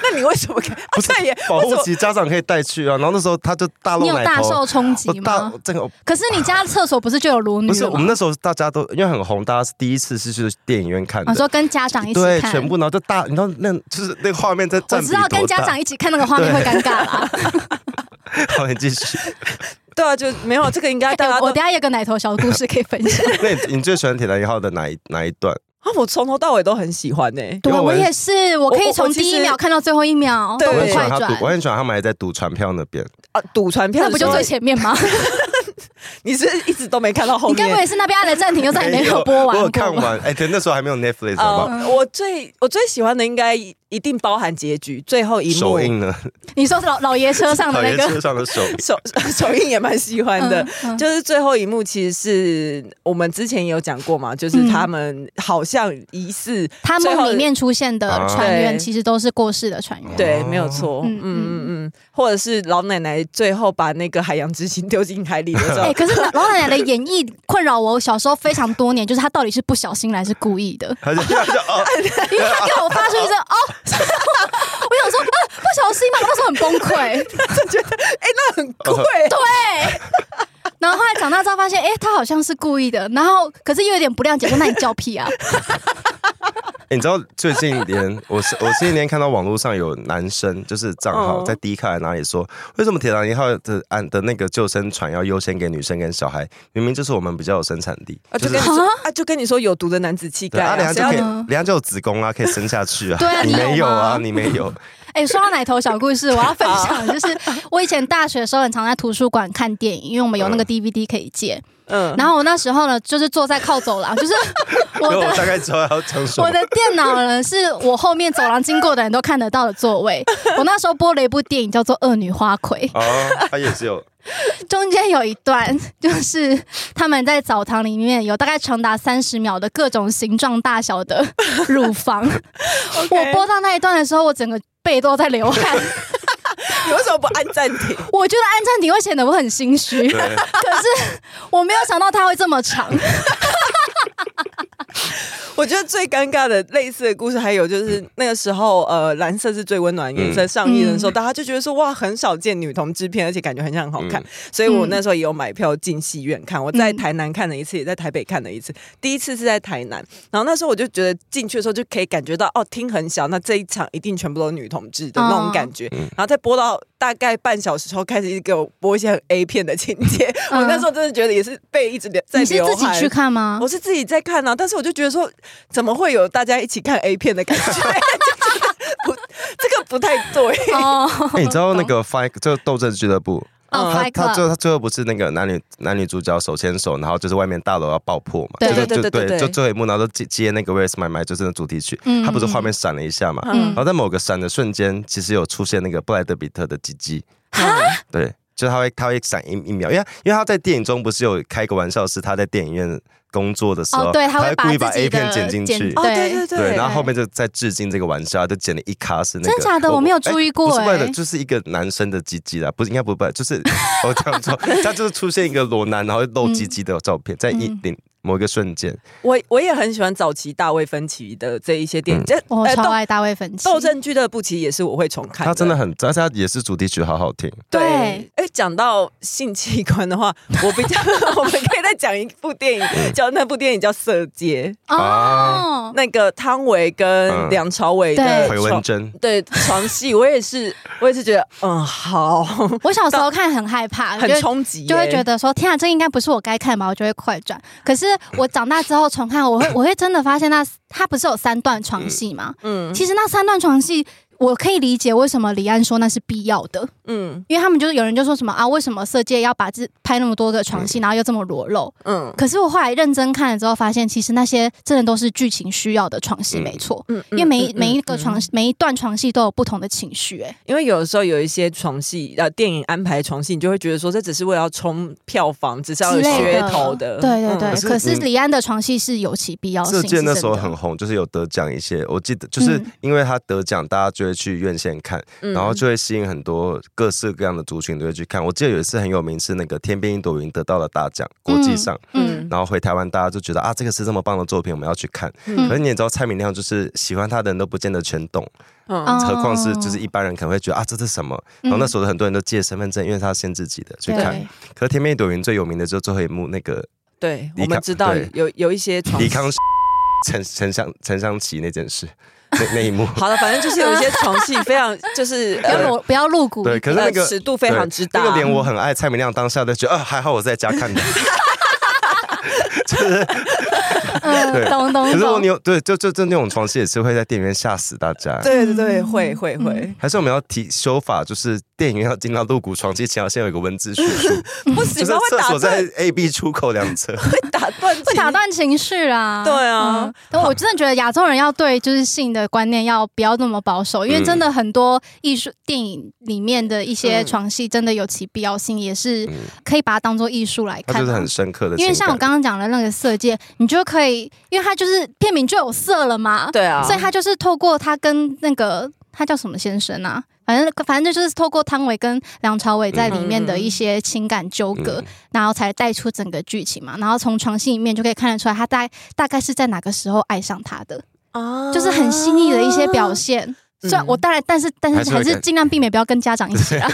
Speaker 4: 那你为什么看？啊
Speaker 3: 不是
Speaker 4: 对耶，
Speaker 3: 保
Speaker 4: 为什
Speaker 3: 护
Speaker 4: 么
Speaker 3: 级家长可以带去啊。然后那时候他就大
Speaker 2: 你
Speaker 3: 露
Speaker 2: 有
Speaker 3: 奶
Speaker 2: 大
Speaker 3: 头
Speaker 2: 受，冲
Speaker 3: 我
Speaker 2: 击
Speaker 3: 大
Speaker 2: 吗？
Speaker 3: 这个
Speaker 2: 可是你家厕所不是就有裸女
Speaker 3: 不是
Speaker 2: 了
Speaker 3: 我
Speaker 2: 吗
Speaker 3: 们那时候大家都因为很红，大家是第一次是去电影院看
Speaker 2: 啊
Speaker 3: 的，
Speaker 2: 说跟家长一起
Speaker 3: 对，
Speaker 2: 看，
Speaker 3: 全部然后就大，你知道那就是那个画面在
Speaker 2: 我
Speaker 3: 占比
Speaker 2: 知道跟
Speaker 3: 多
Speaker 2: 家
Speaker 3: 大
Speaker 2: 长一起看那个画面会尴尬 啦。
Speaker 3: 好，你继续。
Speaker 4: 对啊，就没有这个应该大
Speaker 2: 哎
Speaker 4: 家都
Speaker 2: 我等一下有个奶头小故事可以分享。
Speaker 3: 那你你最喜欢铁达尼号的哪一哪一段？
Speaker 4: 啊，我从头到尾都很喜欢呢、
Speaker 3: 因为
Speaker 2: 对，
Speaker 3: 啊我
Speaker 2: 我
Speaker 3: 很
Speaker 2: 也是，我可以
Speaker 4: 我
Speaker 2: 从
Speaker 4: 我其
Speaker 2: 第
Speaker 4: 实
Speaker 2: 一秒看到最后一秒，
Speaker 4: 对
Speaker 2: 都
Speaker 3: 我很
Speaker 2: 很
Speaker 3: 喜
Speaker 2: 快
Speaker 3: 欢他赌，我
Speaker 2: 转，
Speaker 3: 很喜欢他们还在赌船票那边。
Speaker 4: 啊，赌船票
Speaker 2: 那不就最
Speaker 4: 是
Speaker 2: 前面 吗？
Speaker 4: 你是一直都没看到后
Speaker 2: 你该不
Speaker 4: 面
Speaker 2: 会。也是那边按了暂停，又再也没
Speaker 3: 有
Speaker 2: 有播完哦过
Speaker 3: 我有
Speaker 2: 吧？
Speaker 3: 看完。哎，对，那时候还没有 Netflix，好不好？
Speaker 4: 呃，我最我最喜欢的应该一定包含结局，最后一幕
Speaker 3: 首映呢？
Speaker 2: 你说老老爷车上的
Speaker 3: 讨
Speaker 2: 哦那
Speaker 3: 厌
Speaker 2: 个嗯
Speaker 3: 车上的首映。
Speaker 4: 首 首映也蛮喜欢的，
Speaker 2: 嗯嗯
Speaker 4: 就是最后一幕其实是我们之前也有讲过嘛，
Speaker 2: 嗯
Speaker 4: 就是他们好像疑似、
Speaker 2: 他
Speaker 4: 最后
Speaker 2: 梦里面出现的
Speaker 3: 啊
Speaker 2: 船员，
Speaker 4: 对
Speaker 2: 其实都是过世的船员。
Speaker 4: 对，没
Speaker 3: 哦
Speaker 4: 有错，
Speaker 2: 嗯
Speaker 4: 嗯嗯嗯，或者是老奶奶最后把那个海洋之心丢进海里的时
Speaker 2: 哎、
Speaker 4: 候，
Speaker 2: 可是老老奶奶的演绎困扰我小时候非常多年，就是她到底是不小心来还是故意的？
Speaker 3: 他就 他就哦，
Speaker 2: 因为她给我发出一声哦， 我想说啊，不小心嘛，我那时候很崩溃。
Speaker 4: 哎很贵，
Speaker 3: 哦
Speaker 2: 对。然后后来长大之后发现，哎、他好像是故意的。然后可是又有点不谅解，说那你叫屁啊？
Speaker 3: 哎你知道最近连 我是我前几天看到网络上有男生就是账
Speaker 2: 哦
Speaker 3: 号
Speaker 4: 嗯
Speaker 3: 在 D 卡还哪里说，为什么铁达尼号的岸的那个救生船要优先给女生跟小孩？明明就是我们比较有生产力，
Speaker 2: 哦
Speaker 4: 啊，
Speaker 3: 就
Speaker 4: 就是跟你说啊，就跟你说有毒的男子气
Speaker 3: 对
Speaker 4: 概、
Speaker 3: 啊，
Speaker 4: 啊，
Speaker 3: 人家
Speaker 4: 谁
Speaker 3: 就
Speaker 4: 要
Speaker 3: 可以
Speaker 2: 谁要，
Speaker 3: 人家就有子宫啊，可以生下去 啊。
Speaker 2: 对啊
Speaker 3: 你
Speaker 2: 你有
Speaker 3: 没有啊，
Speaker 2: 吗
Speaker 3: 你没有。
Speaker 2: 哎、说到奶头小故事，我要分享，就是我以前大学的时候很常在图书馆看电影，因为我们有那个 DVD 可以借。
Speaker 4: 嗯，
Speaker 2: 然后我那时候呢，就是坐在靠走廊，就是 我
Speaker 3: 因为我
Speaker 2: 的
Speaker 3: 大概知道要讲什 么
Speaker 2: 我。的电脑呢，是我后面走廊经过的人都看得到的座位。我那时候播了一部电影叫做《恶女花魁》，
Speaker 3: 哦，他也 是有，
Speaker 2: 中间有一段，就是他们在澡堂里面有大概长达三十秒的各种形状大小的乳 房。我播到那一段的时候，我整个背都在流 汗。
Speaker 4: 你为什么不按暂停？
Speaker 2: 我觉得按暂停会显得我很心虚，可
Speaker 3: 对，
Speaker 2: 是我没有想到它会这么长。
Speaker 4: 我觉得最尴尬的类似的故事还有就是那个时候，呃，蓝色是最温暖的颜色上映的时候，
Speaker 2: 嗯
Speaker 4: 大家就觉得说哇，很少见女同志片，而且感觉很像很好看，
Speaker 3: 嗯
Speaker 4: 所以我那时候也有买票进戏院看。我
Speaker 2: 嗯
Speaker 4: 在台南看了一次，也在台北看了一次。第一次是在台南，然后那时候我就觉得进去的时候就可以感觉到哦，厅很小，那这一场一定全部都是女同志的
Speaker 2: 哦
Speaker 4: 那种感觉。然后再播到大概半小时后，开始一直给我播一些很 A 片的情节。
Speaker 2: 嗯
Speaker 4: 我那时候真的觉得也是被一直流在
Speaker 2: 你是
Speaker 4: 流
Speaker 2: 自己
Speaker 4: 汗
Speaker 2: 去看吗？
Speaker 4: 我是自己在看啊，但是我就觉得说，怎么会有大家一起看 A 片的感觉？ 就是不，这个不太 对。
Speaker 2: 哦，
Speaker 3: 哎你知道那个 Fight 就是斗争俱乐部，
Speaker 2: 哦
Speaker 4: 嗯
Speaker 2: f i
Speaker 3: 他最后他最后不是那个男女男女主角手牵手，然后就是外面大楼要爆破嘛，
Speaker 2: 对
Speaker 3: 就是
Speaker 4: 对
Speaker 3: 就
Speaker 4: 对对对
Speaker 3: 就最后一幕，然后就接接那个 Where's My Mind 就是那主题曲
Speaker 2: 嗯，
Speaker 3: 他不是画面闪了一下嘛，
Speaker 2: 嗯
Speaker 3: 然后在某个闪的瞬间，其实有出现那个布莱德比特的鸡鸡，
Speaker 2: 啊
Speaker 3: 对。就是他会，他会闪一一秒，因为因为他在电影中不是有开个玩笑，是他在电影院工作的时
Speaker 2: 哦
Speaker 3: 候，
Speaker 2: 对他会
Speaker 3: 会故意
Speaker 2: 把
Speaker 3: 把
Speaker 2: 自己
Speaker 3: A 片
Speaker 2: 的
Speaker 3: 剪进
Speaker 2: 剪
Speaker 3: 去，
Speaker 4: 哦，对对对，
Speaker 3: 对，然后后面就在致敬这个玩笑，就剪了一卡是那个，
Speaker 2: 真假的我没有注意过
Speaker 3: 不是为了
Speaker 2: 哎
Speaker 3: 就是一个男生的鸡鸡啦，不是应该不是不是，就是我这样说，他就是出现一个裸男然后露鸡鸡的照片，在一
Speaker 2: 嗯
Speaker 3: 定某一个瞬间，
Speaker 4: 我我也很喜欢早期大卫芬奇的这一些电影，这
Speaker 2: 嗯我
Speaker 4: 呃
Speaker 2: 超
Speaker 4: 斗
Speaker 2: 爱大卫芬奇。
Speaker 4: 斗争俱乐部其实也是我会重看。
Speaker 3: 他真的很，而且他也是主题曲，好好听。
Speaker 4: 对
Speaker 2: 对，
Speaker 4: 哎，讲到性器官 的话，我比较 我们可以再讲一部电
Speaker 3: 嗯
Speaker 4: 影，叫那部电影叫《色戒》，
Speaker 2: 哦，
Speaker 3: 啊
Speaker 4: 那个汤唯
Speaker 3: 嗯
Speaker 4: 跟梁朝伟
Speaker 2: 对
Speaker 4: 的
Speaker 3: 回
Speaker 4: 床
Speaker 3: 文珍，
Speaker 4: 对床戏，我也是 我也是觉得，嗯，好，
Speaker 2: 我小时候看很害怕，
Speaker 4: 很
Speaker 2: 就
Speaker 4: 冲击耶，
Speaker 2: 就会觉得说，天啊，这应该不是我该看吧？我就会快 转。可是我长大之后重 看，我会我会真的发现那它不是有三段床戏吗？
Speaker 4: 嗯，
Speaker 2: 其实那三段床戏。我可以理解为什么李安说那是必要的，
Speaker 4: 嗯
Speaker 2: 因为他们就是有人就说什么啊，为什么色戒要把这拍那么多个床戏，然后又这么裸露？
Speaker 4: 嗯
Speaker 2: 可是我后来认真看了之后，发现其实那些真的都是剧情需要的床戏，
Speaker 3: 嗯
Speaker 2: 没错。
Speaker 4: 嗯，
Speaker 2: 因为每一每一个
Speaker 4: 嗯
Speaker 2: 床、每一段床戏都有不同的情绪、哎，
Speaker 4: 因为有的时候有一些床戏，呃，电影安排床戏，你就会觉得说这只是为了要冲票房，只是要有
Speaker 2: 之类
Speaker 4: 噱
Speaker 2: 的
Speaker 4: 头的。
Speaker 2: 对对对。
Speaker 4: 嗯
Speaker 3: 是
Speaker 2: 可是
Speaker 3: 嗯
Speaker 2: 李安的床戏是有其必要性，
Speaker 3: 这
Speaker 2: 是
Speaker 3: 件
Speaker 2: 哦真
Speaker 3: 那
Speaker 2: 的
Speaker 3: 时候很红，就是有得奖一些，我记得就是
Speaker 2: 嗯
Speaker 3: 因为他得奖，大家就会去院线看，
Speaker 4: 嗯
Speaker 3: 然后就会吸引很多各式各样的族群都会去看。我记得有一次很有名是那个《天边一朵云》得到了大奖，国际上，
Speaker 2: 嗯，
Speaker 3: 然后回台湾大家就觉得啊，这个是这么棒的作品，我们要去看。
Speaker 2: 嗯
Speaker 3: 可是你也知道，蔡明亮就是喜欢他的人都不见得全懂，
Speaker 4: 嗯
Speaker 2: 哦
Speaker 3: 何况是就是一般人可能会觉得啊，这是什么？然后那时候很多人都借身份证，因为他要限制级的去
Speaker 2: 嗯对
Speaker 3: 看。可是《天边一朵云》最有名的就是最后一幕那个
Speaker 4: 对，
Speaker 3: 李
Speaker 4: 我们
Speaker 3: 康
Speaker 4: 知道
Speaker 3: 对
Speaker 4: 有有一些床
Speaker 3: 李
Speaker 4: 戏。
Speaker 3: 康陈陈香陈香琪那件事，那那一幕。
Speaker 4: 好了，反正就是有一些床戏非 常就是
Speaker 2: 不要
Speaker 4: 呃
Speaker 2: 裸，不要露骨。
Speaker 3: 对， 可是那个
Speaker 4: 呃尺度非常之大
Speaker 3: 对那个连我很爱蔡明亮当下都觉得，啊，还好我在家看的。就是，对
Speaker 2: 嗯，懂懂
Speaker 3: 可是我
Speaker 2: 懂。
Speaker 3: 有对，就就就那种床戏也是会在电影院吓死大家。
Speaker 4: 对对
Speaker 2: 嗯
Speaker 4: 对，会会会，
Speaker 3: 还是我们要提修法，就是电影院要进到露骨床戏前，要先有一个文字叙 述，
Speaker 4: 不
Speaker 3: 就
Speaker 4: 行
Speaker 3: 是
Speaker 4: 吧？会
Speaker 3: 厕
Speaker 4: 打
Speaker 3: 所在
Speaker 4: 断，
Speaker 3: A、B 出口两侧。
Speaker 4: 会打断情，
Speaker 2: 会打啊断情绪啊，
Speaker 4: 对啊
Speaker 2: 嗯但我真的觉得亚洲人要对就是性的观念要不要那么保守，因为真的
Speaker 3: 嗯
Speaker 2: 很多艺术电影里面的一些
Speaker 4: 嗯
Speaker 2: 床戏真的有其必要性，也是
Speaker 3: 嗯，
Speaker 2: 可以把它当做艺术来
Speaker 3: 它
Speaker 2: 看
Speaker 3: 就是
Speaker 2: 啊、
Speaker 3: 很深刻的情感。
Speaker 2: 因为像我刚刚讲的那个色戒，你就可以，因为它就是片名就有色了嘛，
Speaker 4: 对啊，
Speaker 2: 所以他就是透过他跟那个他叫什么先生啊，反正反正就是透过汤唯跟梁朝伟在里面的一些情感纠葛，
Speaker 3: 嗯
Speaker 2: 然后才带出整个剧情嘛。然后从床戏里面就可以看得出来，他大大概是在哪个时候爱上他的，
Speaker 4: 啊
Speaker 2: 就是很细腻的一些表现。
Speaker 4: 嗯
Speaker 2: 虽然我当然，但是但
Speaker 3: 还是
Speaker 2: 是
Speaker 3: 会
Speaker 2: 还是
Speaker 3: 感
Speaker 2: 尽量避免不要跟家长一起啊。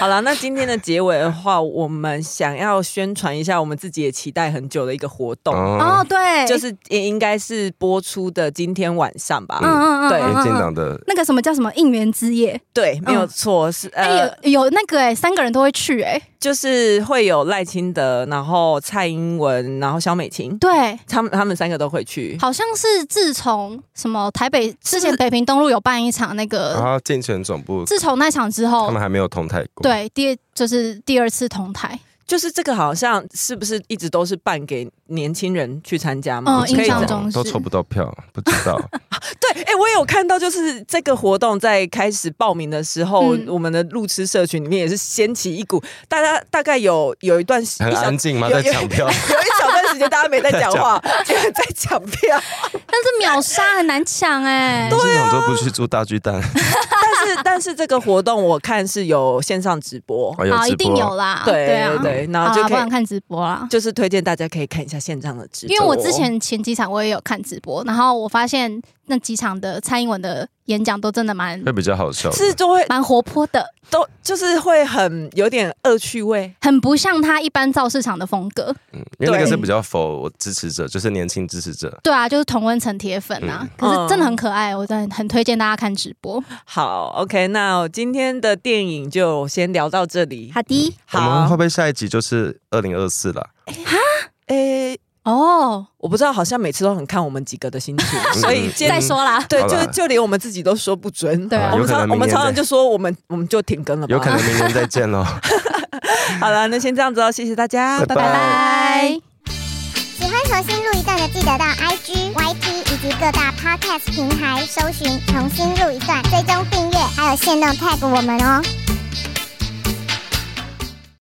Speaker 4: 好了，那今天的结尾的话，我们想要宣传一下我们自己也期待很久的一个活动，
Speaker 3: 嗯
Speaker 2: 哦，对，
Speaker 4: 就是也应该是播出的今天晚上吧？
Speaker 2: 嗯嗯嗯，
Speaker 4: 对
Speaker 2: 嗯
Speaker 3: 民进
Speaker 2: 嗯
Speaker 3: 党的
Speaker 2: 那个什么叫什么应援之夜？
Speaker 4: 对，没有错，是
Speaker 2: 哎、
Speaker 4: 呃，
Speaker 2: 有有那个哎、三个人都会去哎、
Speaker 4: 就是会有赖清德，然后蔡英文，然后萧美琴，
Speaker 2: 对，
Speaker 4: 他们他们三个都会去。
Speaker 2: 好像是自从什么台北之
Speaker 4: 是不
Speaker 2: 前
Speaker 4: 是
Speaker 2: 北平东路有办一场那
Speaker 3: 然
Speaker 2: 个，
Speaker 3: 后竞选总部，
Speaker 2: 呃自从那场之
Speaker 3: 啊他
Speaker 2: 后
Speaker 3: 们，还没有同台过。，
Speaker 2: 对，第就是第二次同台，
Speaker 4: 就是这个好像是不是一直都是办给年轻人去参加嘛？
Speaker 2: 嗯印
Speaker 4: 可以
Speaker 2: 象
Speaker 4: 这
Speaker 2: 中是
Speaker 3: 都抽不到票，不知 道。
Speaker 4: 对，哎、我也有看到，就是这个活动在开始报名的时候，
Speaker 2: 嗯
Speaker 4: 我们的路痴社群里面也是掀起一股，大家大概有有一段时
Speaker 3: 很
Speaker 4: 一小
Speaker 3: 安静吗？
Speaker 4: 有
Speaker 3: 在
Speaker 4: 有
Speaker 3: 抢票，
Speaker 4: 有一小段时间大家没在讲话， 就在抢票。
Speaker 2: 但是秒杀很难抢哎、
Speaker 3: 民进党都不去住大巨蛋，
Speaker 4: 但是但是这个活动我看是有线上直播，
Speaker 3: 哦有嗯
Speaker 2: 好，
Speaker 3: 直
Speaker 2: 一定
Speaker 3: 播
Speaker 2: 有啦，
Speaker 4: 对
Speaker 2: 啊，
Speaker 4: 对，然
Speaker 2: 好
Speaker 4: 后就
Speaker 2: 啦，不
Speaker 4: 可
Speaker 2: 然
Speaker 4: 以
Speaker 2: 看直播啦。
Speaker 4: 就是推荐大家可以看一下线上的直播，
Speaker 2: 因为我之前前几场我也有看直播，然后我发现那几场的蔡英文的演讲都真的蛮
Speaker 3: 会比较好笑。
Speaker 4: 是就会
Speaker 2: 蛮活泼的，
Speaker 4: 都就是会很有点恶趣味。
Speaker 2: 很不像他一般造市场的风格。
Speaker 3: 嗯因为那个
Speaker 4: 对
Speaker 3: 是比较否我支持者，就是年轻支持者。
Speaker 2: 对啊，就是同温层铁粉啊，
Speaker 3: 嗯
Speaker 2: 可是真
Speaker 4: 嗯
Speaker 2: 的很可爱，我真的很推荐大家看直播。
Speaker 4: 好，OK，那今天的电影就先聊到这里。
Speaker 2: 好的，
Speaker 3: 我们会
Speaker 4: 好
Speaker 3: 不，会下一集就是二零二四了？
Speaker 4: 诶、
Speaker 2: 哦，
Speaker 4: 我不知道，好像每次都很看我们几个 的心情，所以今
Speaker 2: 再
Speaker 4: 天。
Speaker 2: 说啦，
Speaker 4: 嗯对，
Speaker 3: 嗯好
Speaker 4: 就
Speaker 3: 啦
Speaker 4: 就连我们自己都说不准。
Speaker 2: 对啊
Speaker 4: 我们
Speaker 3: 有可能
Speaker 4: 常我
Speaker 3: 明
Speaker 4: 们
Speaker 3: 年
Speaker 4: 常常
Speaker 3: 再
Speaker 4: 就说我们我们就停更了吧。
Speaker 3: 有可能明年再见喽。
Speaker 4: 好了，那先这样子哦，谢谢大家，
Speaker 3: 拜拜
Speaker 2: 拜拜。
Speaker 5: 喜欢重新录一段的，记得到 IG、YT 以及各大 Podcast 平台搜寻“重新录一段”，追踪订阅，还有限定 tag 我们哦。